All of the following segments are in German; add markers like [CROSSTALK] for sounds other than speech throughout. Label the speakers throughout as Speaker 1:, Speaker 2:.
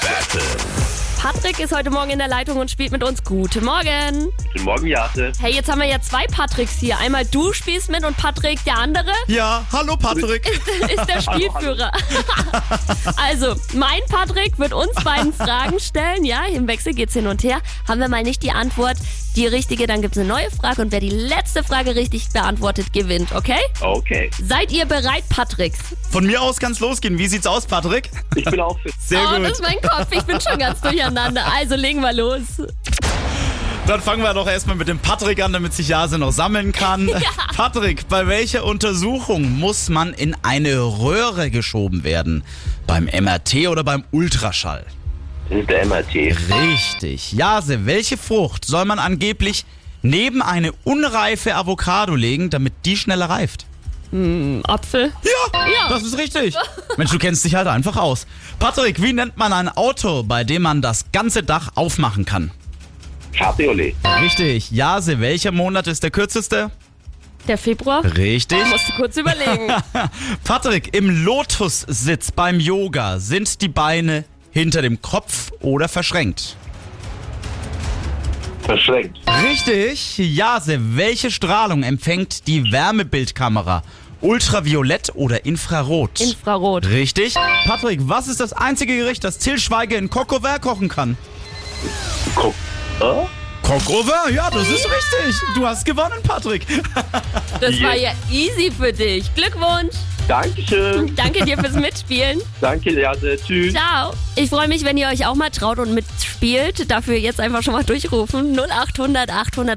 Speaker 1: Battle.
Speaker 2: Patrick ist heute Morgen in der Leitung und spielt mit uns. Guten Morgen.
Speaker 3: Guten Morgen, Jate.
Speaker 2: Hey, jetzt haben wir ja zwei Patricks hier. Einmal du spielst mit und Patrick der andere
Speaker 1: Ja, hallo Patrick.
Speaker 3: [LAUGHS]
Speaker 2: ist der Spielführer. [LAUGHS] also, mein Patrick wird uns
Speaker 3: [LAUGHS]
Speaker 2: beiden Fragen stellen. Ja, im Wechsel geht's hin und her. Haben wir mal nicht die Antwort, die richtige, dann gibt's eine neue Frage und wer die letzte Frage richtig beantwortet, gewinnt, okay?
Speaker 3: Okay,
Speaker 2: Seid ihr bereit, Patricks?
Speaker 1: Von mir aus kann's losgehen. Wie sieht's aus, Patrick?
Speaker 3: ich bin auch fit.
Speaker 1: Sehr
Speaker 2: oh,
Speaker 1: gut.
Speaker 2: das ist mein Kopf. Ich bin schon ganz durcheinander. Also legen wir los.
Speaker 1: Dann fangen wir doch erstmal mit dem Patrick an, damit sich Jase noch sammeln
Speaker 2: [LAUGHS]
Speaker 1: kann. Patrick, bei welcher Untersuchung muss man in eine Röhre geschoben werden? Beim MRT oder beim Ultraschall?
Speaker 3: Das ist der MRT.
Speaker 1: Richtig. Jase, welche Frucht soll man angeblich neben eine unreife Avocado legen, damit die schneller reift?
Speaker 2: Apfel.
Speaker 1: Ja,
Speaker 2: Ja.
Speaker 1: das ist richtig. Mensch, du kennst dich halt einfach aus. Patrick, wie nennt man ein Auto, bei dem man das ganze Dach aufmachen kann?
Speaker 3: Cabriolet.
Speaker 1: Richtig. Jase, welcher Monat ist der kürzeste?
Speaker 2: Der Februar.
Speaker 1: Richtig.
Speaker 2: Musst du kurz überlegen.
Speaker 1: Patrick, im Lotussitz beim Yoga sind die Beine hinter dem Kopf oder verschränkt?
Speaker 3: Verschränkt.
Speaker 1: Richtig. Jase, welche Strahlung empfängt die Wärmebildkamera? Ultraviolett oder Infrarot?
Speaker 2: [LAUGHS] Infrarot.
Speaker 1: Richtig. Patrick, was ist das einzige Gericht, das Till Schweiger in Coq au Vin kochen kann?
Speaker 3: Guck. Äh?
Speaker 1: Coq au Vin, ja, das ist richtig. Du hast gewonnen, Patrick.
Speaker 2: Das war ja easy für dich. Glückwunsch.
Speaker 3: Dankeschön.
Speaker 2: Danke dir fürs Mitspielen.
Speaker 3: Danke, Jate. Tschüss.
Speaker 2: Ciao. Ich freue mich, wenn ihr euch auch mal traut und mitspielt. Dafür jetzt einfach schon mal durchrufen. 0800 800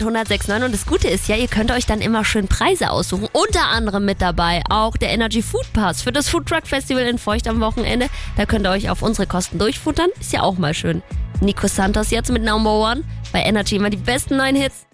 Speaker 2: 1069. Und das Gute ist ja, ihr könnt euch dann immer schön Preise aussuchen. Unter anderem mit dabei auch der Energy Food Pass für das Food Truck Festival in Feucht am Wochenende. Da könnt ihr euch auf unsere Kosten durchfuttern. Ist ja auch mal schön. Nico Santos jetzt mit Number One. Bei Energy immer die besten neuen Hits.